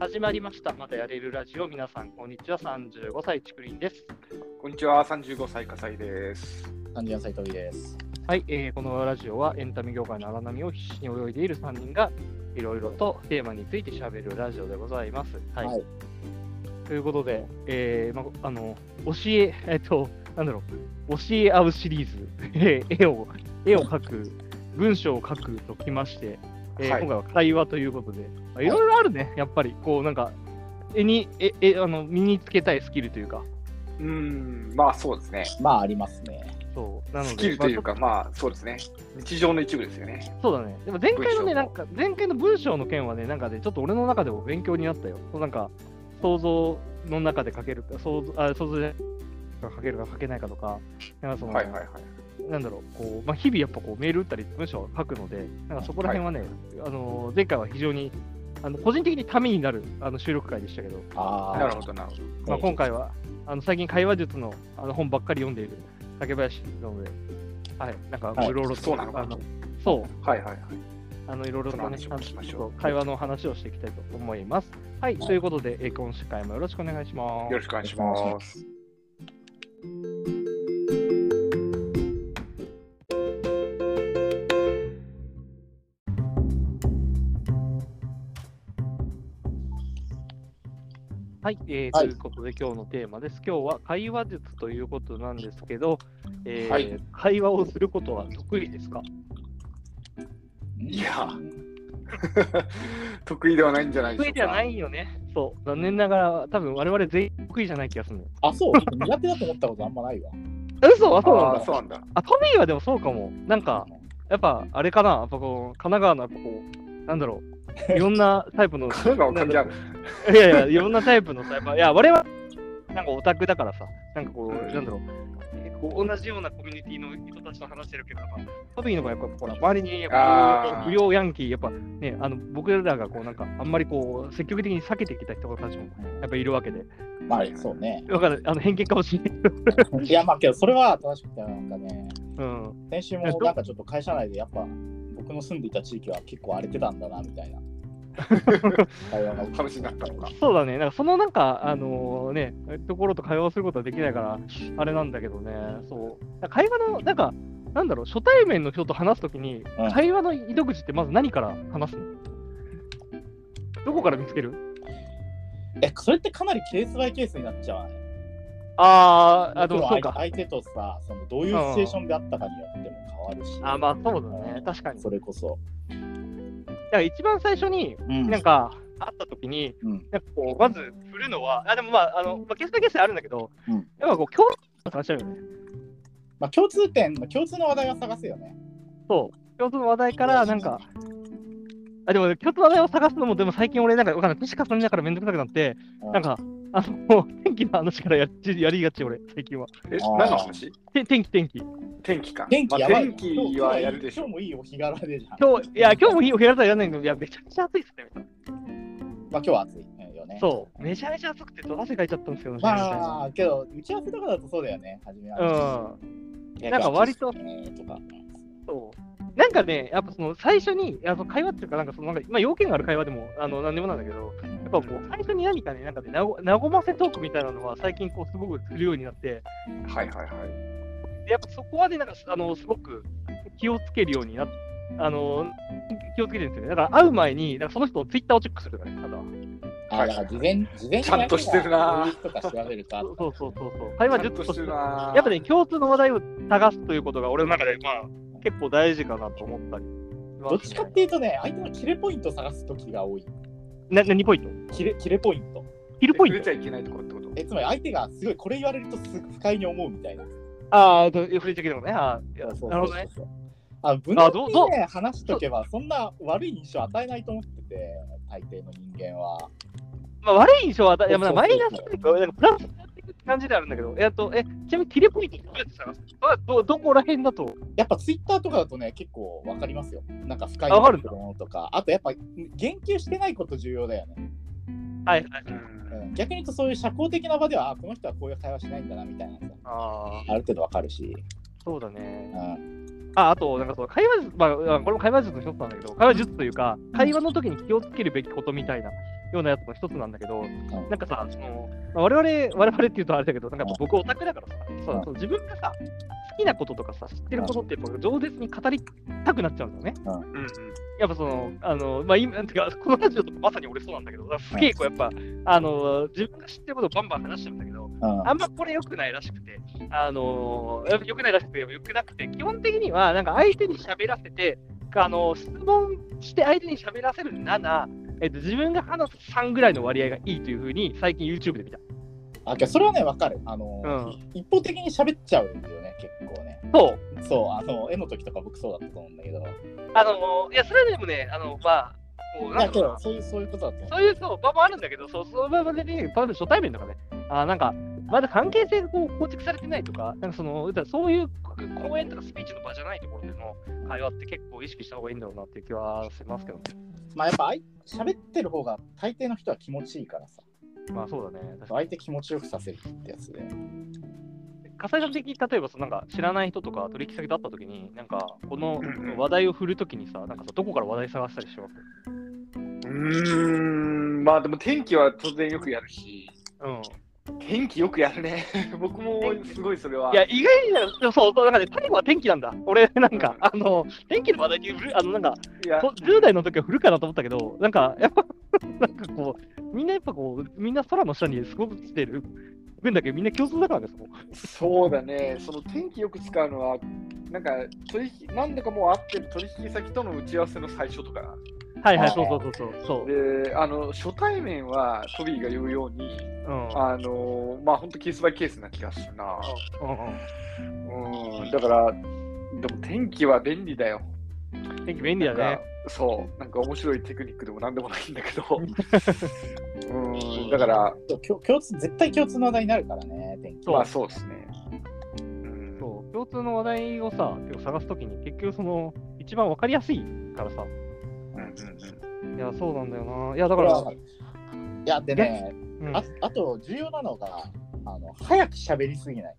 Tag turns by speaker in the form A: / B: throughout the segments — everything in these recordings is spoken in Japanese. A: 始まりました。またやれるラジオ。皆さん、こんにちは。35歳、ちくりんです。
B: こんにちは、三十五歳火災です。
C: 三十四歳飛びです。
A: はい、えーこのラジオはエンタメ業界の荒波を必死に泳いでいる3人が、いろいろとテーマについて喋るラジオでございます。はい。
C: はい
A: ということで、えーまあ、あの、教え、えっと、なんだろう、教え合うシリーズ、 えー絵を、絵を描く、文章を書くときまして、えー
B: はい
A: 今回は会話ということで、まあいろいろあるね、やっぱり、こう、なんか、絵に、え、え、あの、身につけたいスキルというか、
B: うーん、まあそうですね。
C: まあありますね。
A: そう、なので、
B: スキルという
A: まあ
B: か、まあそうですね。日常の一部ですよね。
A: そうだね。でも前回のね、
B: 文章も
A: なんか、前回の文章の件はね、なんかね、ちょっと俺の中でも勉強になったよ。そうなんか、想像の中で書けるか、想像、あ想像で書けるか書けないかとか、なんかその、
B: はいはいはい。
A: なんだろう、こう、まあ、日々やっぱこうメール打ったり文章を書くので、なんかそこら辺はね、あのー、前回は非常に、あの個人的にためになるあの収録会でしたけど、
C: ああ。
B: なるほどなるほど。
A: まあ、今回はあの最近会話術のあの本ばっかり読んでいる竹林なので、はい、なんか
C: はい
A: いろいろ
B: そうなの
A: あ
B: か
A: のそう、
B: はいはいはい。
A: あのいろいろとね、
B: その話もしましょう
A: そう会話の話をしていきたいと思います。はい、ということで、えー今週会もよろしくお願いしま
B: よろ
A: す。
B: しくお願いします。
A: はい、えー
C: は
A: と
C: い
A: いうことで、今日のテーマです。今日は会話術ということなんですけど、えー
B: はい
A: 会話をすることは得意ですか
B: いや、 得意ではないんじゃないで
A: 得
B: し
A: 意
B: ょう
A: じゃな
B: か。
A: いよね。そう、残念ながら、多分我々全員得意じゃない気がするのよ。
C: あ、そう。苦手だと思ったことあんまないわ。
A: あ嘘あ、そうなん
B: ああ
A: だ
B: ー、。そうなんだ。
A: あ、トミーはでもそうかも。なんか、やっぱあれかな、やっぱこう、神奈川のやっぱこう、なんだろう、いろんなタイプの、
B: 神奈川関係ある。
A: いやいや、いろんなタイプのさ、やっぱ、いや、我々、なんかオタクだからさ、なんかこう、
B: うん
A: なんだろう、えーこう同じようなコミュニティの人たちと話してるけど、やっぱトミーの場合、やっぱほら、周りにやっぱ
B: あー
A: 不良ヤンキー、やっぱね、あの僕らがこう、なんか、あんまりこう、積極的に避けてきた人たちも、やっぱいるわけで、
C: まあ、そうね。
A: だから、あの偏見かもしれないけど、
C: いや、まあけど、それは正しくて、なんかね、
A: うん、
C: 先週もなんかちょっと会社内で、やっぱ、僕の住んでいた地域は結構荒れてたんだな、みたいな。会話が
B: 話になったのか。
A: そうだね、なんかそのなんか、あのね、ところと会話をすることはできないから、あれなんだけどね、そう、会話の、なんか、なんだろう、初対面の人と話すときに、
C: うん
A: 会話の糸口ってまず何から話すのどこから見つける
C: え、それってかなりケースバイケースになっちゃうわね。
A: あー、あ、でも
C: もち
A: そ
C: ろ
A: うん
C: 相
A: か。
C: 相手とさ、そのどういうシチュエーションであったかによっても変わるし。
A: あー、まあそうだね、確かに。だ
C: そ
A: か
C: れこそ。
A: ら一番最初に、
C: うん
A: なんか、会ったときに、
C: うん。
A: なんかこう、まず振るのは、あ、でもまあ、あの、まあ、ケースバイケースであるんだけど、
C: うん
A: やっぱこう、共通の話だよね。
C: まあ、共通点、共通の話題は探すよね。
A: そう、共通の話題から、なんか、あでも、共通の話題を探すのも、でも最近俺、なんか、わかんない、年重ねながらめんどくさくなって、
C: う
A: なん、か、あの、天気の話からやりやりがち、俺、最近は。
B: え、
C: あー
B: 何の話？
A: て天気、天気。
B: 天気か。
C: 天気やばいよ、
B: まあ天気はやるでしょ
C: 今。日もいいよ、日柄でじゃん。
A: 今日、いや、今日もいいお部屋だやんないけど、いや、めちゃくちゃ暑いっすね、みたい
C: まあ今日は暑いよね
A: な。そう、めちゃめちゃ暑くて、ちょっと汗かいちゃったんですよね。
C: まあ、けど、打ち合わせとかだとそうだよね、初め
A: う
C: は。
A: ん、
C: うん
A: なんか割と
C: とか。
A: そう。なんかね、やっぱその最初に、やっぱ会話っていうか、なんかそのなんか、まあ、要件がある会話でも、あの、なんでもなんだけど、やっぱこう、最初に何かね、なんかね、なご和ませトークみたいなのは、最近こう、すごくするようになって、
B: はいはいはい。
A: やっぱそこはね、なんかあのすごく気をつけるようになっあの気をつけてるんですよね。だから会う前に、なんかその人のツイッターをチェックするからね、ただ。
C: あ、だから事前、事前に
B: ちゃんとしてるな
C: なんかこういう人か調べるか
A: そ。うそうそうそう。会話術として。や
B: な
A: っぱね、共通の話題を探すということが、俺の中で、まあ、結構大事かなと思ったり。
C: どっちかっていうとね、相手のキレポイント探す時が多い。
A: な何ポイント
C: キレキレポイント。
A: ヒルポイ
B: 触れ
A: ント
B: ちゃいけないところってこと。
C: え、つまり相手がすごいこれ言われるとすぐ不快に思うみたいな。
A: ああ、と触れちゃいけないのね。あーいや
C: そうそうそうそう
A: なるほどね。。
C: あ、分
A: あ
C: 断
A: どう
C: にね、話しとけば、そんな悪い印象与えないと思ってて、大抵の人間は。
A: まあ、悪い印象は、いやまあ
C: そうそう
A: マ
C: そ
A: イ
C: う
A: ナスというか、なんかプラスになっていく感じではあるんだけど、えっと、え、ちなみにキレポイントどうやって探すまあどどこら辺だと
C: やっぱツイッターとかだとね、結構わかりますよ。なんか深い
A: あわかるんだ
C: ものとか、あとやっぱ言及してないこと重要だよね。
A: はいはい。
C: うん、逆に言うとそういう社交的な場では、あこの人はこういう会話しないんだなみたいなさ、
A: ああ、
C: ある程度わかるし。
A: そうだね
C: う。ん、
A: あ、あと、なんかその会話術、まあ、これも会話術の一つなんだけど、会話術というか、会話の時に気をつけるべきことみたいなようなやつの一つなんだけど、なんかさ、そのまあ我々、我々っていうとあれだけど、なんかやっぱ僕オタクだからさ、そうその自分がさ、好きなこととかさ、知ってることってやっぱ饒舌に語りたくなっちゃうんだよね。
B: うんうん。
A: やっぱその、あの、まあ、今、てか、このラジオとかまさに俺そうなんだけど、すげえこうやっぱ、あの、自分が知ってることをバンバン話してるんだけど、
C: うん
A: あんまこれ良くないらしくて、あのー、良くないらしくて、良くなくて、基本的には、なんか相手に喋らせて、あのー質問して相手に喋らせる7、えっと、自分が話す3ぐらいの割合がいいというふうに、最近 YouTube で見た。
C: あけどそれはね、わかる。あの、
A: うん
C: い一方的に喋っちゃうんだよね、結構ね。
A: そう。
C: そう、あの、絵の時とか僕そうだったと思うんだけど。
A: あのーいや、それでもね、あの、まあ、こう、
C: い
A: な
C: や、
A: ん
C: け
A: だろうな。
C: どそういう、そういうことだと思
A: そういうそう場もあるんだけど、そうそう場でね、例えば初対面とかね、あーなんか、まだ関係性がこう構築されてないとか、なんかその、だからそういう講演とかスピーチの場じゃないところでの会話って結構意識した方がいいんだろうなっていう気はしますけどね。
C: う。まあ、やっぱ、あい喋ってる方が大抵の人は気持ちいいからさ。
A: まあそうだね。確か
C: 相手気持ちよくさせるってやつで。
A: に笠井さん的に例えばそのなんか知らない人とか取引先だった時に、なんかこの
B: うんうん
A: 話題を振るときにさ、なんかさ、どこから話題探したりします
B: うーん、まあでも天気は当然よくやるし、
A: うん、。
B: 天気よくやるね。 僕もすごいそれはい
A: や、意外にねそうそう、なんかね、最後は天気なんだ。俺、なんか、
B: うん
A: あの、天気の話題に振る、あの、なんか、
B: いや
A: と10代の時は振るかなと思ったけど、なんか、やっぱ、 なんかこう、みんなやっぱこう、みんな空の下に過ごしてる分だけみんな共通だからですもん。
B: そうだね、その天気よく使うのは、なんか取引、何度かもう会ってる取引先との打ち合わせの最初とか。
A: はいは、
C: はいい
A: そうそうそうそう。そう
B: で、あの、初対面はトビーが言うように、
A: うん。
B: あの、まあ本当ケースバイケースな気がするな。
A: うん
B: うん、だから、でも天気は便利だよ。
A: うん、天気便利だ
B: なん
A: ね
B: か。そう、なんか面白いテクニックでもなんでもないんだけど。 うん、だから、
C: と共共通、絶対共通の話題になるからね、天気
A: そう
B: まあそうですね。うん
A: そう共通の話題をさ、結構探すときに、結局その、一番わかりやすいからさ。
B: うんうんうん
A: いや、そうなんだよな。いや、だ
C: こ
A: か
C: れ
A: ら、
C: はわかるいや、でね、
A: うん、
C: あ
A: あ
C: あと重要なのが、あの早く喋りすぎない。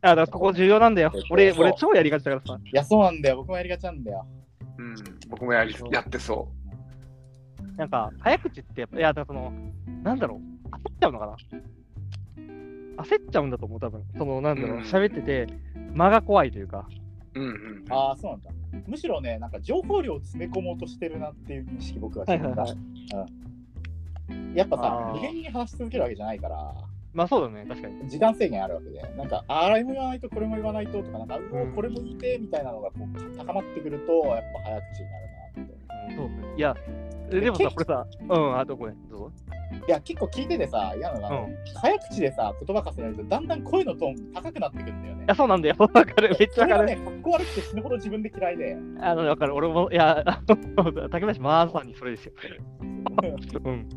A: だからここ重要なんだよ。俺、
C: そう
A: 俺、超やりがちだからさ。
C: いや、そうなんだよ。僕もやりがちなんだよ。
B: うん、僕もやりやってそ
A: なんか、早口ってやっぱ、いや、だからその、なんだろう、焦っちゃうのかな焦っちゃうんだと思う、多分その、なんだろう、
B: うん
A: 喋ってて、間が怖いというか。
B: う。うんうん、
C: ああ、そうなんだ。むしろね、なんか情報量を詰め込もうとしてるなっていう認識僕はしてた。
A: はいはい
C: うんやっぱ
A: あー
C: さ、無限に話し続けるわけじゃないから、
A: まあ、そうだね、確かに。
C: 時間制限あるわけで、なんか、ああれも言わないと、これも言わないととか、なんか、うお
A: うん
C: これも言ってみたいなのがこう高まってくると、やっぱ早口になるなって。
A: そうね。いや、えでもさ、これさ、うん、あ、どこへ、どうぞ。
C: いや、結構聞いててさ、嫌なの
A: う
C: が、
A: ん。い
C: 早口でさ、言葉重ねると、だんだん声のトーン高くなってくるんだよね。
A: や、そうなんだよ。わ かる。めっちゃわか
C: それ
A: る。
C: がね、かっこ悪くて死ぬほど自分で嫌い で。
A: あの、わかる。俺も、いや、 あの竹林、まさにそれですよ。うん。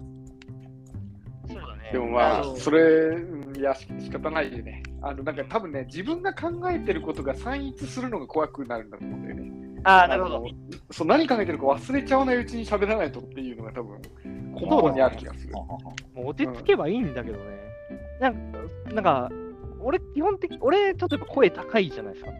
A: そうだね
B: でもまあ
A: の、
B: それ、うんいや、し仕方ないよね。あの、なんか多分ね、自分が考えてることが散逸するのが怖くなるんだと思うんだよね。
A: ああ、なるほど。
B: あの。そう、何考えてるか忘れちゃわないうちに喋らないとっていうのが多分、根本にある気がする。
A: もう落ち着けばいいんだけどね。なんか、なんか、俺、基本的、俺、ちょっとやっぱ声高いじゃないですか。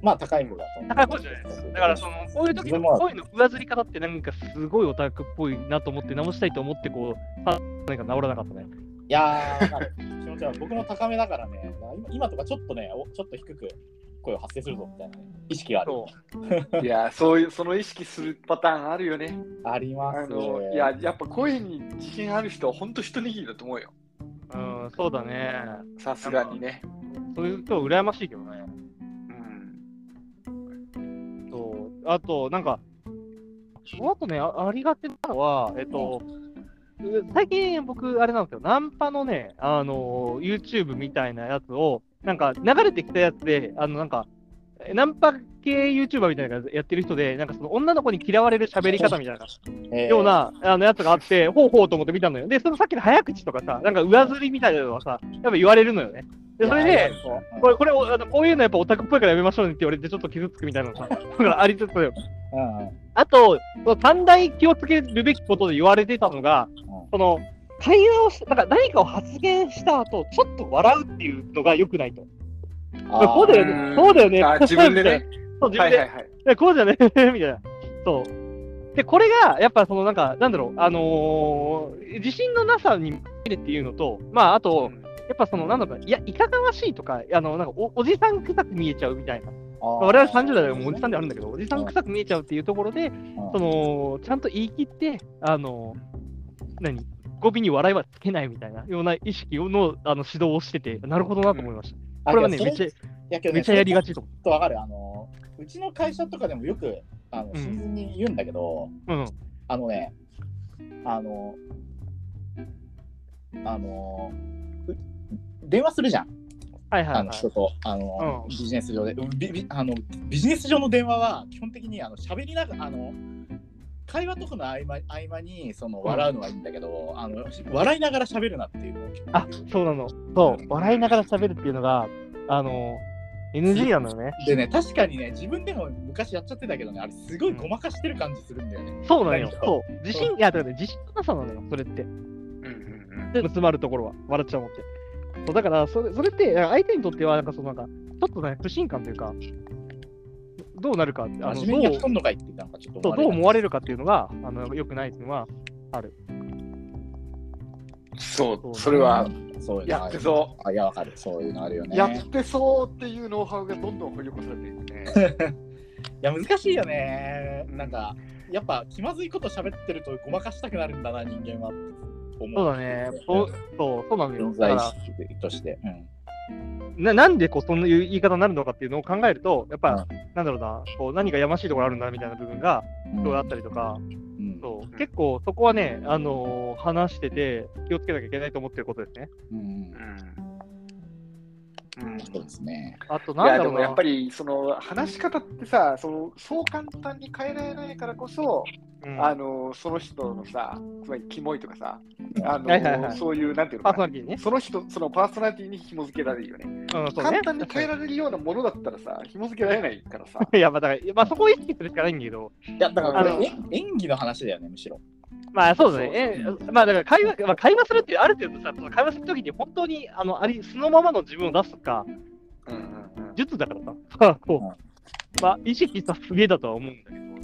C: まあ、高い方だと思う。
A: 高い方じゃないですか。だから、その、こういう時の声の上ずり方って、なんか、すごいオタクっぽいなと思って、直したいと思って、こう、あなんか治らなかったね。
C: いやー、わかる。気持ちは僕も高めだからね、今今とかちょっとね、おちょっと低く声を発声するぞみたいなね、意識がある。
A: そう。
B: いや、そういう、その意識するパターンあるよね。
C: ありま
B: あ
C: す
B: の、いや、やっぱ声に自信ある人は本当一握りだと思うよ。
A: うん、そうだね。
B: さすがにね。
A: そういう人、羨ましいけどね。
B: うん。
A: そう。あと、なんか、あとね、あありがてなのは、えっと、う最近僕、あれなんですよ、ナンパのね、あのー、YouTube みたいなやつを、なんか流れてきたやつで、あの、なんか、えナンパ系 YouTuber みたいなのがやってる人で、なんかその女の子に嫌われる喋り方みたいな
C: えー
A: ような、あのやつがあって、ほうほうと思って見たのよ。で、そのさっきの早口とかさ、なんか上ずりみたいなのはさ、やっぱ言われるのよね。で、それ
C: いや
A: で
C: いや、そう
A: これ、これ、おあのこういうのやっぱオタクっぽいからやめましょうねって言われて、ちょっと傷つくみたいなのさ、ありつつ、
C: うんうん
A: あと、その三大気をつけるべきことで言われてたのが、
C: うん
A: その会話をしなんか何かを発言した後、ちょっと笑うっていうのが良くないと。
C: あー
A: そうだよね
B: ん
A: そうだよね
B: あ自分でね。
A: そう、自分で、
B: はいはいはい。
A: いやこうじゃねみたいな。そう。で、これが、やっぱそのなんか、なんだろう、あのー自信のなさに見るっていうのと、まあ、あと、やっぱその、なんだろうな、いや、いかがわしいとか、あの、なんかお、おじさん臭く見えちゃうみたいな。まあ我々30代でもうおじさんではあるんだけど、おじさん臭く見えちゃうっていうところで、その、ちゃんと言い切って、あの、何語尾に笑いはつけないみたいなような意識をのあの指導をしてて、なるほどなと思いました。
C: あ
A: これはね、
C: いや
A: めっ
C: そ
A: ち
C: れいやけ
A: ゃ、
C: どね
A: めっちゃやりがちと思
C: ちょっとわかる。あの、うちの会社とかでもよく、あの、
A: うん
C: 新人に言うんだけど、
A: う。うん。
C: あのね、あの、あの、う電話するじゃん、
A: はいはい、は
C: あ
A: い
C: の。人と、あの、
A: うん
C: ビジネス上でうんビビあの。ビジネス上の電話は基本的にあの喋りながら、あの、会話とかの合間合間にその笑うのはいいんだけど、あの笑いながら喋るなっていうのを
A: あ、そうなの。そう、笑いながら喋るっていうのが、あの、NG なのよね。
C: でね、確かにね、自分でも昔やっちゃってたけどね、あれすごいごまかしてる感じするんだよね。
A: そうなのよ。
C: 何か
A: そう。自信、いや、だからね、自信のなさなのよ、それって。
B: うんうん
A: で、詰まるところは、笑っちゃうのって。そうだからそれ、それって、なんか相手にとっては、なんか、その、なんか、ちょっとね、不信感というか、どうなるか、あの
C: 真面目に
A: ど
C: や
A: う
C: っとんのかいって、なんかちょっと
A: そうどう思われ
C: る。
A: るかっていうのが、あの、良くないっていうのは、
B: うんそ、
A: そうう
B: それは
C: そういうの
B: や
C: あ
B: っ
C: る
B: てそ
C: あ、いや、わかる。そういうのあるよ
B: う、
C: ね。
B: や
C: い
B: ってそうっていうノウハウがどんどん掘り起こされていくね。
C: や、難しいよね。なんか、やっぱ気まずいこと喋ってるとごまかしたくなるんだな、人間はって思う。
A: そうだね。そう、そう、そうなのよ。
C: 存
A: だか
C: 在意
A: ら
C: 識として。うん
A: な、なんでこう、そんな言い方になるのかっていうのを考えると、やっ
C: うん
A: ぱ、なんだろうな、こう、何がやましいところあるんだみたいな部分が、
C: うん
A: どうあったりとか、
C: うん
A: そう結構そこはね、あのー話してて気をつけなきゃいけないと思ってることですね。
C: うん
B: うんうん
C: そうですね。
A: あと
B: い
A: なん
B: や
A: だ
B: で
A: ろう
B: も
A: な。
B: やっぱりその話し方ってさそのそう簡単に変えられないからこそ、
A: うん
B: あのその人のさつまりキモいとかさあの、
A: はいはいはい
B: そういうなんていう
A: パー
B: の
A: ソナ
B: か
A: リティね
B: な。その人そのパーソナリティに紐付けられるよね
A: うん、そうね
B: 簡。単に変えられるようなものだったらさ紐付けられないからさ
A: いや、まあ、だから、まあ、そこを意識するしかないんだけど、
C: いや、だから
A: あ
C: こ
A: の
C: れ、え演技の話だよね、むしろ。
A: まあ、そうだね。
C: そうそう
A: えまあ、だから会話、まあ、会話するっていう、ある程度さ、その会話するときに本当に、あの、あり、そのままの自分を出すか、
B: うんうんうん
A: 術だからさ、こ
C: うん
A: う、まあ、意識さ、すげえだとは思うんだけど。
B: うん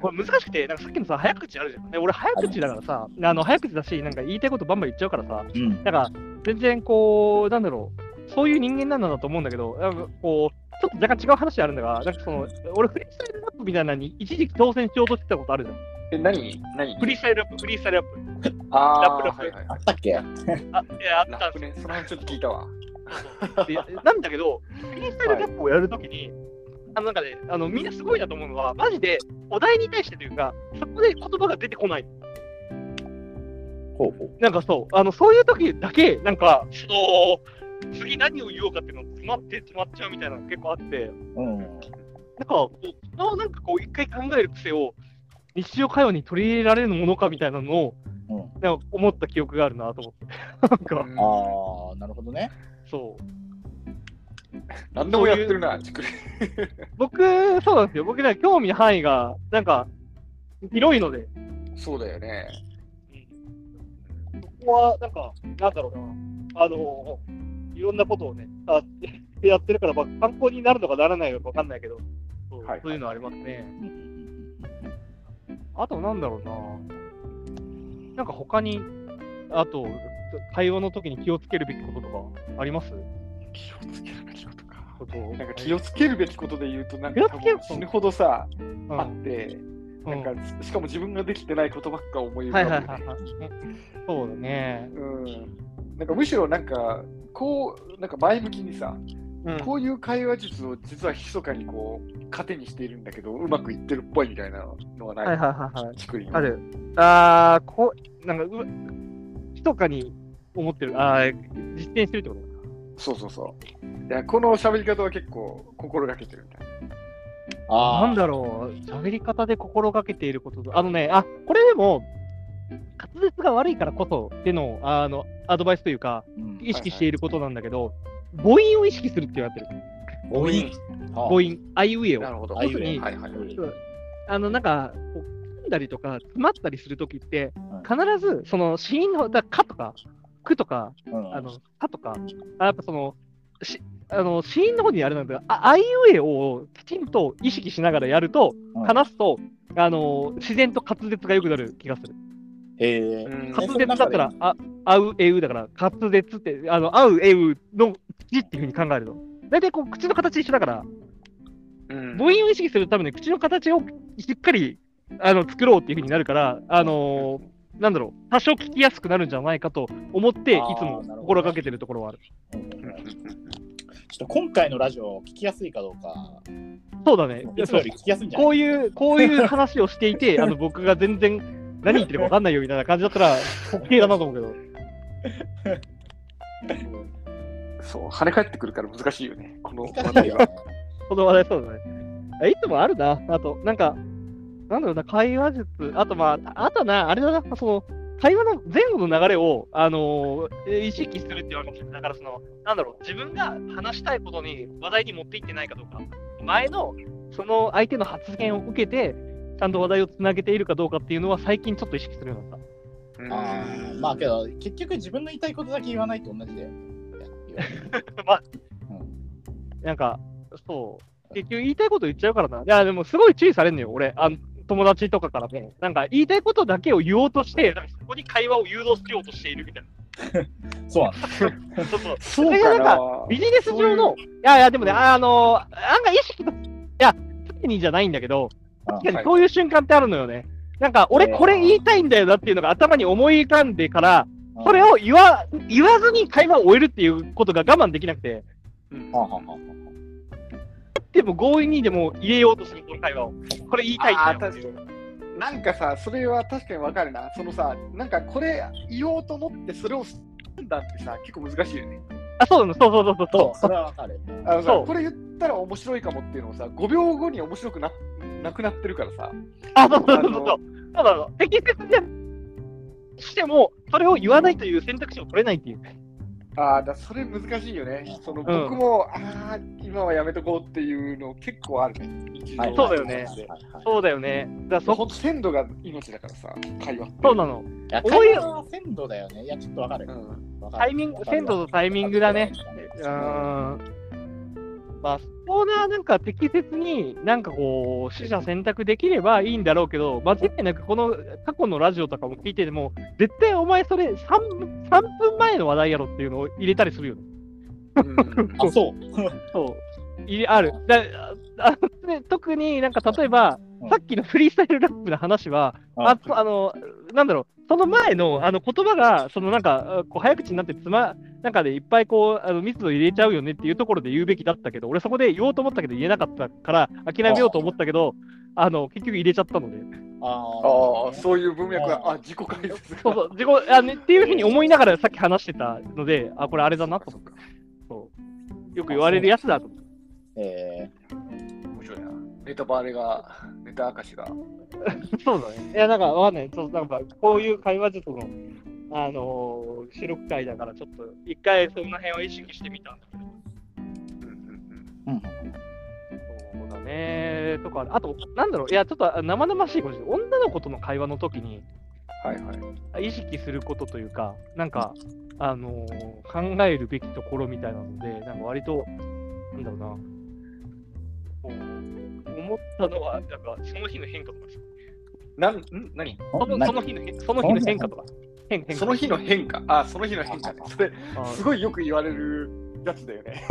A: これ難しくて、なんかさっきのさ、早口あるじゃん。で俺、早口だからさ、あの、早口だし、なんか言いたいことバンバン言っちゃうからさ、
C: うん
A: だから、全然こう、なんだろう、そういう人間なんだと思うんだけど、なんかこう、ちょっと若干違う話あるんだが、なんかその、俺、フリースタイルラップみたいなのに、一時期挑戦しようとしてたことあるじゃん。
B: え何何
A: フリースタイルラップ、フリースタイルラッ
B: あー
A: ラップラップ
B: はいはい
C: あったっ
A: プ。
C: け
A: あ、いや、あっ
B: ラ
A: た
B: ッ
A: んで
B: プねその話ちょっと聞いたわ
A: すよ。で なんだけど、フリースタイルラップをやるときに、あの、なんかね、あの、みんなすごいなと思うのは、マジで、お題に対してというか、そこで言葉が出てこない。
C: ほうほう。
A: なんかそう、あの、そういう時だけ、なんか、そう、次何を言おうかっていうのが詰まって、詰まっちゃうみたいなのが結構あって、
C: うん。
A: なんか、こうあなんかこう、一回考える癖を、日常会話に取り入れられるものかみたいなのを、
C: うん
A: なんか思った記憶があるなと思って。なんか、
B: うん
C: ああ、なるほどね。
A: そう。
B: 何でもやってるなちくり
A: 僕、そうなんですよ。僕ね、興味の範囲が、なんか、広いので、
B: そうだよね
A: ここは、なんか、なんだろうな、あの、いろんなことをね、あ やってるから、まあ、参考になるのかならないのかわかんないけど、そう,、
B: はいはい
A: そういうのはありますね。あと、なんだろうな、なんか他に、あと、会話の時に気をつけるべきこととかあります
B: 気をつけるべきことか
A: こと
B: なんか気をつけるべきことで言うと、なんか
A: 気を
B: 多
A: つける
B: 分死ぬほどさ、
A: うん
B: あって、
A: う
B: なんんかしかも自分ができてないことばっか思い浮
A: は
B: か
A: い
B: ぶ、
A: はいはいはい。そうだね。
B: うん。なんかむしろなんか、こう、なんか前向きにさ、
A: うん
B: こういう会話術を実は密かにこう、糧にしているんだけど、うまくいってるっぽいみたいなのはない。
A: はいはいはいはい。
B: ちくりん
A: あ。る。あー、こう、なんか、う、ひとかに思ってる。あー、実践してるってこと
B: そうそうそう。いや、この喋り方は結構心がけてるみたい
C: ああ。
A: なんだろう、喋り方で心がけていることと、あのね、あこれでも、滑舌が悪いからこそでのあのアドバイスというか、
C: うん
A: 意識していることなんだけど、母音を意識するって言われてる、
C: 母音。母
A: 母音、あいうえ
B: な。な
A: を。
B: るほど。
A: 要するに
B: はいはいはい。
A: あのなんか、こう噛んだりとか、詰まったりするときって
C: うん、
A: 必ずその子音の、だかとか、くとか、
C: うん
A: あの、かとか、あやっぱその、しあの子音の方にあれなんだけど、ああいうえおをきちんと意識しながらやると、
C: うん
A: 話すと、あの自然と滑舌が良くなる気がする。
C: へえ
B: うん
C: そ
A: 滑
C: の
A: 舌だったら、あ、あう、えうだから、滑舌って、あの、あう、えうの口っていうふうに考えると。大体こう、口の形一緒だから、
B: うん
A: 母音を意識するために口の形をしっかり、あの、作ろうっていうふうになるから、あのーなんだろう、多少聞きやすくなるんじゃないかと思って、い
C: あー
A: つも
C: なるほど
A: 心がけてるところはある。
C: うんうんうんちょっと今回のラジオ聞きやすいかどうか、
A: そうだね。い
C: い
A: や
C: つ
A: そう
C: もより聞きやすいんじゃな い
A: こういう、こういう話をしてい て、あの、僕が全然何言ってるか分かんないよみたいな感じだったら、OK だなと思うけど。
B: そう、跳ね返ってくるから難しいよね。この
C: 難
B: 話
C: しい
B: 題
C: よ
B: は。
A: この話題 そうだね。あいつもあるな。あと、なんか、なんだろうな、会話術。あと、まあ、あとな、あれだな、その、会話の前後の流れを、あのー意識するっていうわけだから、その、なんだろう、自分が話したいことに話題に持っていってないかどうか、前の、その相手の発言を受けて、ちゃんと話題をつなげているかどうかっていうのは、最近ちょっと意識するようになった。
B: うん
C: あーまあけど、結局自分の言いたいことだけ言わないと同じだよ。いや
A: なんか、そう、結局言いたいこと言っちゃうからな。いや、でもすごい注意されるのよ、俺。あの友達とかからも。なんか、言いたいことだけを言おうとして、なんかそこに会話を誘導しようとしているみたい
C: そう なんだ。
A: な。 そうそう。
B: そう
A: それ
B: か
A: が
B: な
A: な。ビジネス上の、いやいや、でもね、あの、案外意識と、いや、常にじゃないんだけど、
C: あ
A: 確かにそういう瞬間ってあるのよね。なんか、俺
C: えー
A: これ言いたいんだよなっていうのが頭に思い浮かんでから、それ
C: は
A: を言わ、言わずに会話を終えるっていうことが我慢できなくて、
B: うん
C: あはあはあは
A: でも強引にでも入れようとする、この会話を。これ言いたいんだ
B: あ
A: よ
B: ー確かになんかさ、それは確かにわかるな。そのさ、なんかこれ言おうと思って、それをするんだってさ、結構難しいよね。
A: あ、そうなの、そうそうそうそう
C: あそう、
A: そ
C: それはわかる。
B: あのさ
A: そ、う
B: これ言ったら面白いかもっていうのをさ、5秒後に面白くななくなってるからさ。
A: う。あ、そうそうそうそう。そうなの。適切じゃしても、それを言わないという選択肢を取れないっていう。
B: ああ、だそれ難しいよね。その
A: ん
B: 僕も、ああ、今はやめとこうっていうの結構あるね。日常
C: はい
A: そうだよね
C: はいはいはい
A: そうだよね。だから
B: そ
A: そ
B: こ鮮度が命だからさ、会話って。
A: そうなの。
C: いや、
A: こういう
C: 会話は鮮度だよね。いや、ちょっとわかる。
B: うん
C: わかる
A: タイミング、鮮度とタイミングだね。うーん。まあ、そこな、なんか適切に、なんかこう、取捨選択できればいいんだろうけど、間違いなく、この過去のラジオとかも聞いてても、絶対お前それ3、3分前の話題やろっていうのを入れたりするよね。
B: うん
C: あ、そう。
A: そう。入れある。だああで特になんか例えば、
C: うん
A: さっきのフリースタイルラップの話は、あそあの、なんだろう、その前のあの言葉が、そのなんか、こう早口になってつま、なんかでいっぱいこう、あの密度入れちゃうよねっていうところで言うべきだったけど、俺そこで言おうと思ったけど言えなかったから、諦めようと思ったけど、あの、結局入れちゃったので、
B: あ
C: あ
B: あ、そういう文脈が、
C: あー
B: あ、自己解説
A: そうそう、自己、あね、っていうふうに思いながらさっき話してたので、あ、これあれだなと思って。そう。よく言われるやつだと思って
C: う。え
B: 面白いな。ネタバレが、ネタ明かしが。
A: そうだね。いや、なんかわかんない。そうなんかこういう会話術の、あのー、収録会だから、ちょっと、一回その辺を意識してみたんだけど。
B: うんうん
C: ーうん
A: そうだね。とか、あと、なんだろう、いや、ちょっと生々しいことで、女の子との会話の時に
B: うんはいはい。
A: 意識することというか、なんか、あのー考えるべきところみたいなので、なんか割と、なんだろうな、こう思ったのは、なんか、その日の変化とかです、
B: なん、ん何
A: その
C: な
A: その日の変その日の変化とか。変変化
B: その日の変化。あ、その日の変化ね。それ、
A: あー
B: すごいよく言われるやつだよね。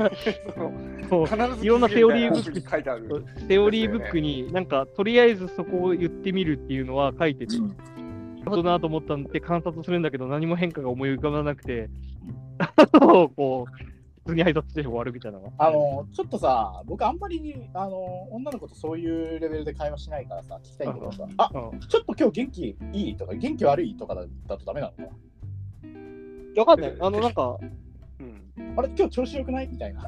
B: その
A: そう
B: 必ず
A: いろんなセオリー
B: 聞けみたいな本に書いてある。
A: セオリーブックに、なんか、とりあえずそこを言ってみるっていうのは書いてて、
C: うん
A: なるほどなと思ったんで、観察するんだけど、何も変化が思い浮かばなくて、 あのこう、普通に挨拶して終わるみたいなのが。
C: あのちょっとさ、僕あんまりあの女の子とそういうレベルで会話しないからさ、聞きたいんだけどさ、あ
A: うん
C: ちょっと今日元気いいとか、元気悪いとかだだとダメなのかな
A: わかんない。あの、なんか、
B: うん
C: あれ、今日調子良くないみたいな。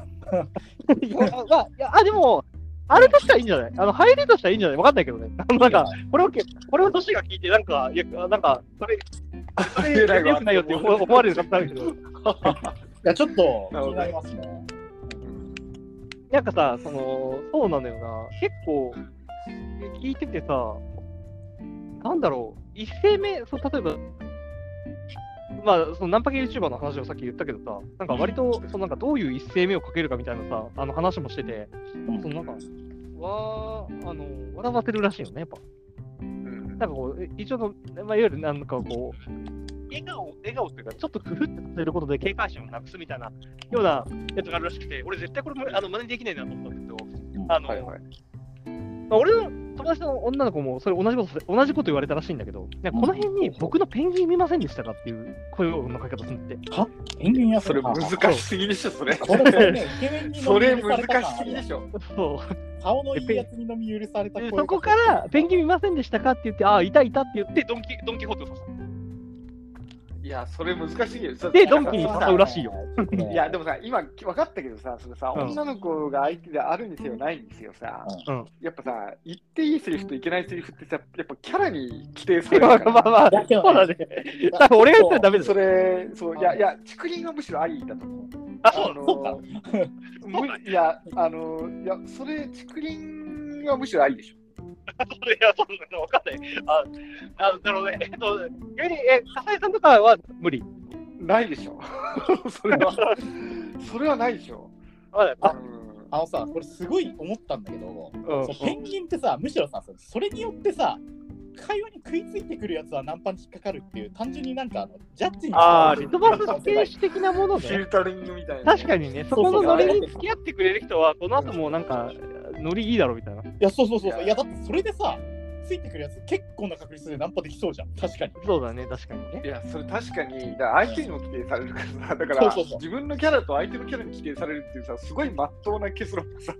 A: いや、あいやあでも、あれとしてはいいんじゃないあの、入りとしてはいいんじゃないわかんないけどね。 あの、なんか、これをけ、これを年が聞いて、なんか、いや、なんか、それ、それ、
B: 偉いわ
A: よくないよって思思われる方あるけど、
C: いや、ちょっと気
B: なるほど
C: になりますね。
A: なんかさ、その、そうなのよな。結構、聞いててさ、なんだろう、一世目、そう例えば、まあ、そのナンパ系 YouTuber の話をさっき言ったけどさ、なんか割と、そのなんかどういう一世目をかけるかみたいなさ、あの話もしてて、
C: うん
A: そのなんか、わーあの、笑わせるらしいよね、やっぱ。なんかこう、一応の、まあ、いわゆるなんかこう、笑顔、笑顔っていうか、ちょっと工夫ってさせることで警戒心をなくすみたいなようなやつがあるらしくて、俺絶対これもあの真似できないなと思ったんだけど、あの、
B: はいはい。
A: まあ、俺の友達の女の子もそれ同じことさ同じこと言われたらしいんだけど、なんかこの辺に僕のペンギン見ませんでしたかっていう声のかけ方するんだって。
C: ペンギンや
B: それ難しすぎでしょ、それ。
C: これそれねイケメンに飲み
B: それ
C: 許された
B: 難し
C: 感あ
B: すぎ
C: る
B: で
C: やん
B: しょ。
A: そう
C: 顔のいいやつに飲み許された
A: で
C: 声
A: そこから、ペンギン見ませんでしたかって言って、ああ、いたいたって言って、ドンキドンキホーテを刺す。
B: いや、それ難しいよ。
A: で
B: だから
A: ドンキに
B: さ
A: 誘うらしいよ。
B: いや、でもさ、今分かったけどさ、そのさ、
A: うん
B: 女の子が相手であるにせよないにせよさ、
A: うん
B: やっぱさ、言っていいセリフといけないセリフってさ、やっぱキャラに規定され る
A: ま
B: か
A: あ
B: ら。
A: まあまあ、
C: だけどね
A: そうだね。多分俺が言ったらダメです
B: そ
A: よ。
B: れ、そう、いやいや、竹林はむしろありだと思う。
A: あ、
B: あの
C: そうか
B: むいや、あの、いや、それ、竹林はむしろありでしょ。
A: それ、いや、そうなの、わかんない。あ、あなるほどね。えっと、逆に、え、笠井さんとかは無理。
B: ないでしょ。 それは、 それはないでしょ。
A: あ、
B: うん
C: あのさこれすごい思ったんだけど、
A: うん
C: そうペンギンってさむしろさそそれによってさ会話に食いついてくるやつはナンパに引っかかるっていう単純になんかあのジャッジに
A: あー、リトバス
C: さ
A: 選手的なもの
B: フィ
A: で。
B: ルタリングみたいな。
A: 確かにね、そこのノリに付き合ってくれる人は、この後もなんか、ノリいいだろうみたいな。
C: いやそうそうそうそういやだってそれでさついてくるやつ結構な確率でナンパできそうじゃん確かに
A: そうだね、確かにね。
B: いや、それ確かに、だから相手にも規定されるからさ、だから
C: そうそうそう
B: 自分のキャラと相手のキャラに規定されるっていうさ、すごいまっとうな結論 がさ、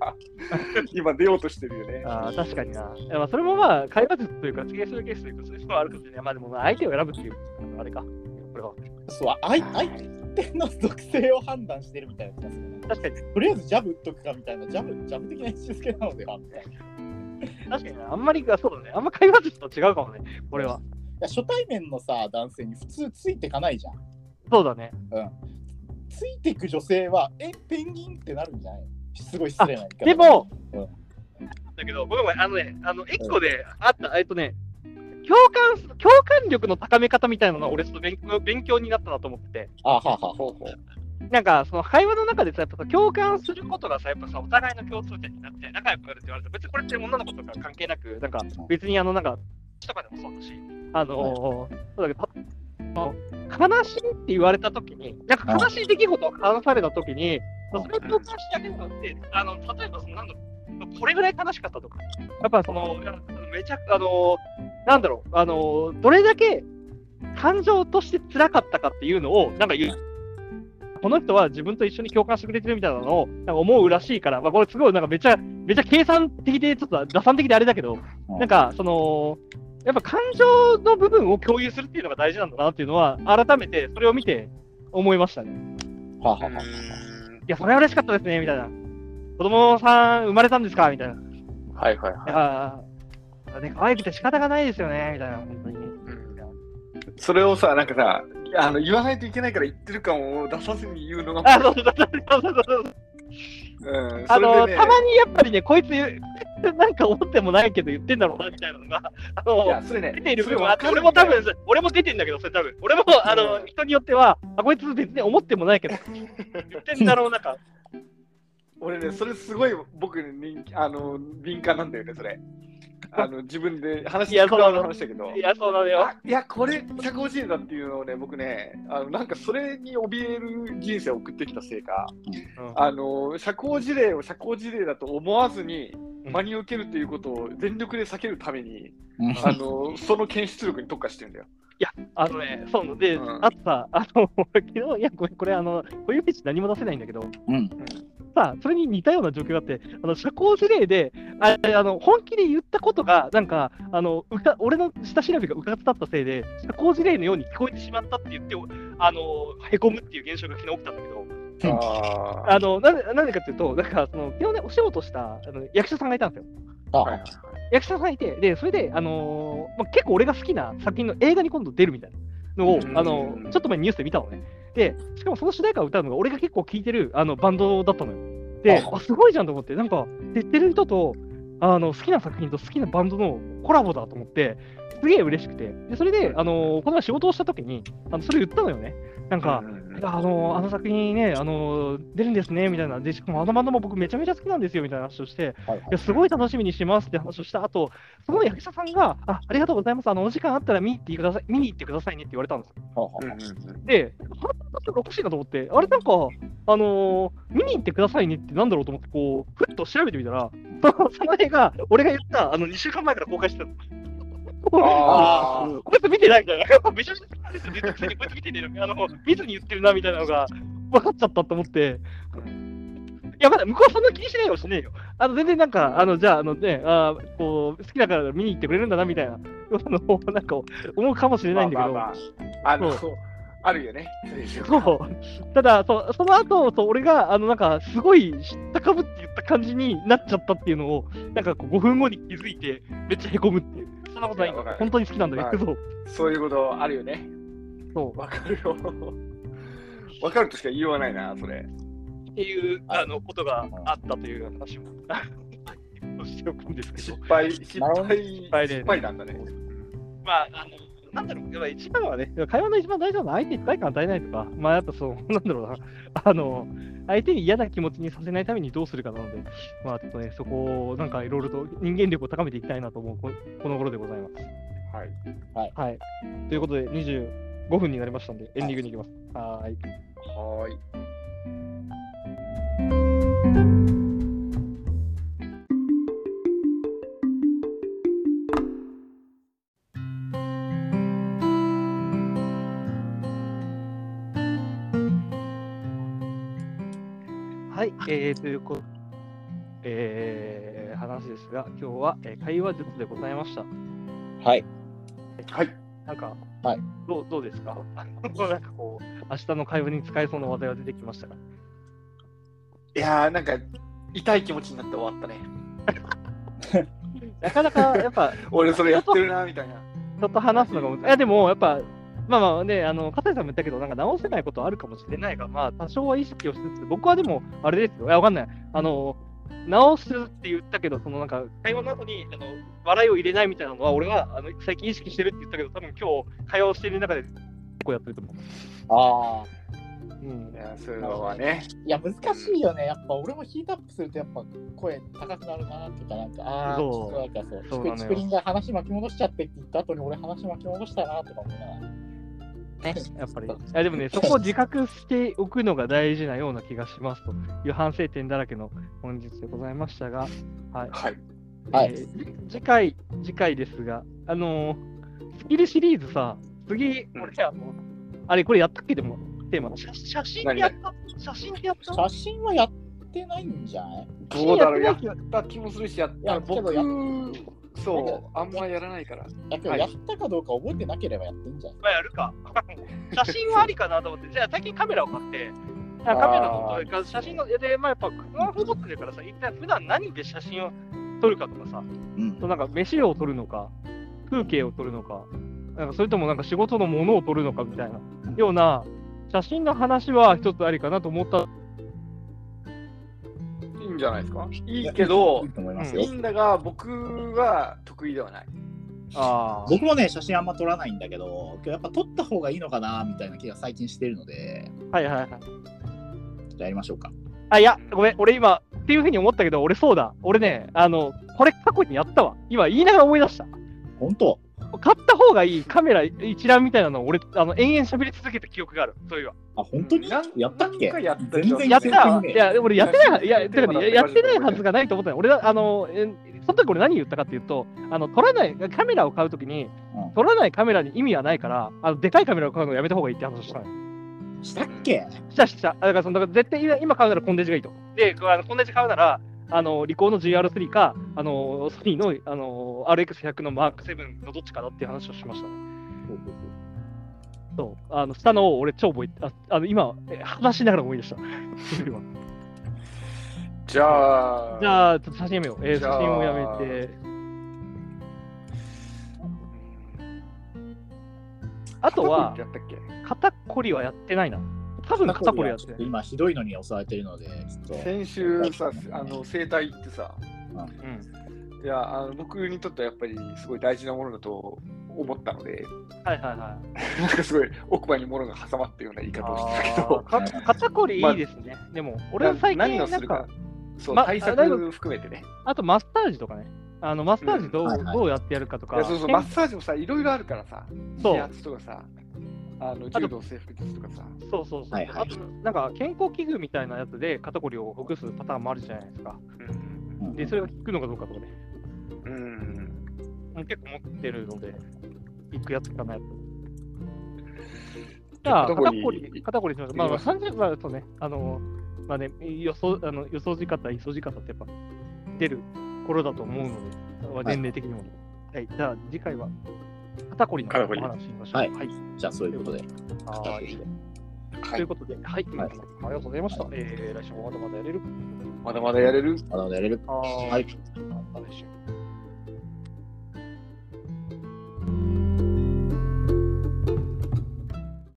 B: 今出ようとしてるよね。
A: ああ、確かにな。いやまあ、それもまあ、会話術というか、ケースケースというか、そういう人はあるかもしれない。まあ、でも、相手を選ぶっていう、あれか。これは。
C: そうあ相相手の属性を判断してるみたいな気がするね
A: 確かに、
C: とりあえずジャブ打っとくかみたいなジャブジャブ的な位置づけなのではみたいない
A: 確かになあんまり、あそうだね。あんま会話術と違うかもね、これは。
C: や初対面のさ男性に普通ついてかないじゃん
A: そうだね。
C: ついてく女性はえペンギンってなるんじゃないすごい失礼な言い方
A: でも、
C: うん
A: だけど、ごめんごめん、あのね、あの、一個であった、えっとね、共感す、共感力の高め方みたいなのが俺、ちょっと勉勉強になったなと思ってて、
C: あはあはあほうほう
A: なんか、その会話の中でさ、やっぱさ共感することがさ、やっぱさ、お互いの共通点になって、仲良くなるって言われて、別にこれって女の子とか関係なく、なんか、別にあの、なんか、とかでもそうだし、あのーそうだけど、あの悲しいって言われたときに、なんか悲しい出来事を話されたときに、
C: うん
A: それを共感してあげるのって、あの例えばその、なんだろう、これぐらい悲しかったとか、やっぱその、いやめちゃく、あのーなんだろう、あのーどれだけ感情として辛かったかっていうのを、なんか言う。この人は自分と一緒に共感してくれてるみたいなのをなんか思うらしいから、まあ、これすごいなんかめちゃめちゃ計算的で、ちょっと打算的であれだけど、
C: うん
A: なんかその、やっぱ感情の部分を共有するっていうのが大事なんだなっていうのは、改めてそれを見て思いましたね。
C: はあはあ
B: う
C: はあ
B: ん
A: いや、それは嬉しかったですね、みたいな。子供さん生まれたんですかみたいな。
B: はいはいはい。
A: ああ、ね、可愛くて仕方がないですよね、みたいな、本当に。
B: それをさ、なんかさ、あの言わないといけないから言ってる感を出さずに言うのが、
A: あ、そうそうそうそうそうそうそう。
B: うん、
A: あ
B: そ
A: の、
B: れでね
A: たまにやっぱりね、こいつ、 なんか思ってもないけど言ってんだろうな、みたいなのが、あ
B: いや、
A: の、
B: それね、
A: 出ている
B: そ
A: 部
B: れ
A: 分はあ
B: わ
A: って
B: かる
A: 俺
B: んだよ
A: も多分、俺も出てんだけど、それ多分。俺も、あの、人によっては、あ、こいつ別に思ってもない けど、言ってんだろうな、か。
B: 俺ね、それすごい僕にあの敏感なんだよね、それ。あの自分で話
A: い
B: して
A: や
B: く
A: そう
B: の
A: なの
B: 話だけど。
A: いや、そうなのよ。
B: あいや、これ、150円だっていうのをね、僕ね、あのなんかそれに怯える人生を送ってきたせいか、あの社交辞令を社交辞令だと思わずに、
A: うん
B: 真に受けるということを全力で避けるために、
C: うん
B: あのその検出力に特化してるんだよ。
A: あのね、そうので、
B: うん
A: あとさ、あの、昨日、いや、これ、これ、あの、こういうページ何も出せないんだけど、
C: うん
A: さ、それに似たような状況があって、あの、社交辞令で、ああの、本気で言ったことが、なんか、あの、うか、俺の下調べがうかつだったせいで、社交辞令のように聞こえてしまったって言って、あの、へこむっていう現象が昨日起きたんだけど、
C: うん
B: あ
A: あの、なぜ、なぜかっていうと、なんか、その、昨日ね、お仕事した、あの、役者さんがいたんですよ。
C: あ
B: あ
C: はあ
A: 役者さんいて、で、それで、あのーまあ、結構俺が好きな作品の映画に今度出るみたいなのを、
B: うん
A: あのーちょっと前にニュースで見たのね。で、しかもその主題歌を歌うのが俺が結構聴いてるあのバンドだったのよ。で、
C: あ
A: あすごいじゃんと思って、なんか、知ってる人と、あの好きな作品と好きなバンドのコラボだと思って、すげえ嬉しくて、でそれで、あのこの前仕事をしたときにあの、それ言ったのよね。なんか、いやあのあの作品ね、あの出るんですねみたいな、でしかもあのバンドも僕めちゃめちゃ好きなんですよみたいな話をして、
C: はいはい
A: いやすごい楽しみにしてますって話をした後その役者さんがあ、ありがとうございます、あのお時間あったら見に行ってください見に行ってくださいねって言われたんですよ。
C: はあはあ
A: で、はあなんかおかしいなと思って、あれなんか、あのー見に行ってくださいねってなんだろうと思って、こう、ふっと調べてみたら、 その映画、俺が言った、あの、2週間前から公開してたの。
B: あー
A: のこいつ見てないみたいな。めちゃめちゃ好きですよね。こいつ見てねえのあの、見ずに言ってるなみたいなのが分かっちゃったと思って。いや、まだ向こうはそんな気にしないよ、しねえよ。あの、全然なんか、あの、じゃあ、あのね、あーこう、好きだから見に行ってくれるんだなみたいな、 あの、なんか思うかもしれないんだけど。
B: まあまあまあ、あの
A: そ
B: あるよね。
A: そう。ただ、そうその後、そう俺が、あの、なんか、すごい知ったかぶって言った感じになっちゃったっていうのを、なんかこう、5分後に気づいて、めっちゃへこむっていう。そんなことない
B: いやわかる
A: 本当に好きなんだよ。
B: わかる
A: そう。
B: そういうことあるよね。
A: そう。
B: わかるよ。わかるとしか言いようがないな、それ。
A: っていう、あの、ことがあったという話も、 しておくんですけ
B: 失
A: ど。
B: 敗、失
C: なるほど
B: 敗、
A: 敗で
B: 失敗なんだね。
A: まあ、あの、なんだろう、やっぱ一番はね、会話の一番大事なのは相手に不快感与えないとか、まあやっぱそう、なんだろうな、 あの、相手に嫌な気持ちにさせないためにどうするかなので、まあちょっとね、そこをなんかいろいろと人間力を高めていきたいなと思うこ、この頃でございます。
B: はい。
A: はい。ということで、25分になりましたんで、エンディングに行きます。はーい。
B: はーい。
A: はい、えー、ということ、えー、話ですが、今日は、えー会話術でございました。
C: はい。
B: はい。
A: なんか、
C: はい
A: どうどうですか なんかこう、明日の会話に使えそうな話題が出てきましたが。
B: いやー、なんか、痛い気持ちになって終わったね。
A: なかなか、やっぱ、ち
B: 俺、それやってるな、みたいな。
A: ょっと話すのが難しい。いや、でも、やっぱ、まあまあね、あの、片井さんも言ったけど、なんか直せないことはあるかもしれないが、まあ、多少は意識をしつつ、僕はでも、あれですよ。いや、わかんない。あの、直すって言ったけど、そのなんか、会話の後に、あの、笑いを入れないみたいなのは、俺は、あの、最近意識してるって言ったけど、多分今日、会話をしている中で、結構やってると思
C: ああ。
A: う。うん
B: い。やー、そういうのはね。
C: いや、難しいよね。やっぱ俺もヒートアップすると、やっぱ声高くなるなとか、なんか、ああ、ち
A: そ
C: ょ
A: う
C: っとなんかそう、
A: そう
C: 竹
A: なのよ
C: 竹林が話巻き戻しちゃってって言った後に俺話巻き戻したなとか思いながら。
A: ね、やっぱり。いやでもね、そこを自覚しておくのが大事なような気がしますという反省点だらけの本日でございましたが、はい。
B: はい。
C: はい
A: えー次回、次回ですが、あのースキルシリーズさ、次、
B: うん
A: 俺、あの、あれ、これやったっけでも、テーマ、写写真ってやった写真ってやった
C: 写真はやってないんじゃない
B: どうだろう、や
A: や
B: っ
A: ってない
B: た気もするし、やっ
C: いや
B: た。
C: け
B: 僕
C: どやっ、
B: そう、あんまやらないから。
C: だけど、
B: はい
C: やったかどうか覚えてなければやってんじゃない
A: まあやるか。 写真はありかなと思って、じゃあ最近カメラを買って、あカメラ
B: あ
A: の
B: ー
A: 撮り写真の、で、まあやっぱ、スマホ持ってるからさ、一体普段何で写真を撮るかとかさ、
C: うん
A: そうなんか飯を取るのか、風景を取るのか、なんかそれともなんか仕事のものを取るのかみたいなような写真の話は一つありかなと思った。
B: いいんじゃないですか。いいけど
C: いい、と思いますよ。
B: みんなが僕は得意ではない。
A: あー
C: 僕もね、写真あんま撮らないんだけど、やっぱ撮った方がいいのかなみたいな気が最近してるので、
A: はいはいはい。
C: ちょっとやりましょうか。
A: あ、いや、ごめん、俺今、っていうふうに思ったけど、俺そうだ。俺ね、あの、これ過去にやったわ。今言いながら思い出した。
C: 本当
A: 買った方がいいカメラ一覧みたいなのを俺、あの、延々喋り続けた記憶がある。そういえば。
C: あ、本当に
B: な
C: や
B: ん
C: ったっけ
B: なんかやった
C: 全然
A: やった
C: 全然
A: わ
C: ね
A: いや、でも俺やってない、いや、てかね、
B: や
A: や
B: や
A: や
B: っ
A: ってて
B: な
A: ないいはずがないと思ったの。俺だ、あの、えその時俺何言ったかっていうと、あの、撮らない、カメラを買うときに
C: うん、
A: 撮らないカメラに意味はないから、あの、でかいカメラを買うのやめた方がいいって話をしたのよ。
C: したっけ
A: したしたした。だから、その、だから絶対今今買うならコンデジがいいと。で、こうあのコンデジ買うなら、あの、リコーの GR3 か、あの、ソニーの、あの、RX100 の Mark7 のどっちかだっていう話をしましたね。そう、あの、下の方俺超覚えて、ああの、今、え話しながら思い出した。 それは
B: じゃあ、
A: じゃあ、ちょっと写真やめよう。えー、
B: じ
A: 写
B: ゃあ
A: 真をやめて。あ
B: あ
A: とは、
B: やったっけ
A: 肩こりはやってないな。多分肩こりはやって
C: ちょっ
A: な
C: と
A: い。
C: 今ひどいのに襲われてるので、ちょっと。
B: 先週さ、あの整体行ってさ、
A: うん
B: いやあの僕にとってはやっぱりすごい大事なものだと思ったので、
A: はいはいは
B: なんかすごい奥歯に物が挟まったような言
A: い。
B: い方をしてたけど、
A: あーか肩こりいいですね。でも、俺は最
B: な
A: 近
B: 何
A: な
B: をす
A: ん
B: る
A: か
B: か、、そう、
A: ま
B: 対
A: あだいぶ
B: 策含めてね。
A: あとマッサージとかね。あのマッサージどう,、
C: うんはいはい
A: どうやってやるかと
B: い
A: か。
B: やそうそう、マッサージもさ、いろいろあるからさ、
A: そう
B: 指圧とかさ、あの柔道整復術とかさ、
A: そうそうそう。
C: はいはい
A: あと、なんか健康器具みたいなやつで肩こりをほぐすパターンもあるじゃないですか。
B: うん
C: うん
A: で、それが効くのかどうかとかね。
B: うん、
A: もう結構持ってるので、行くやつかなやつ。じゃあ、
B: 肩こ
A: 肩
B: り
A: こり、肩こりします。まあ、まあ、30分だとね、あの、まあね、予想、あの予想時方、予想時方ってやっぱ出る頃だと思うので、年
C: い
A: 齢的にも。はい、じゃあ次回は肩こりの
B: 肩こり
A: お話ししましょう。
C: はい
A: はい。
C: じゃあそういうことで。
A: はい
B: は
A: とい、
B: いう
A: ことで、はい、皆様ありがとうございました。えー来週もまだまだやれる。
B: まだまだやれる。
C: まだまだやれる。
A: は
C: はい。
A: また来週。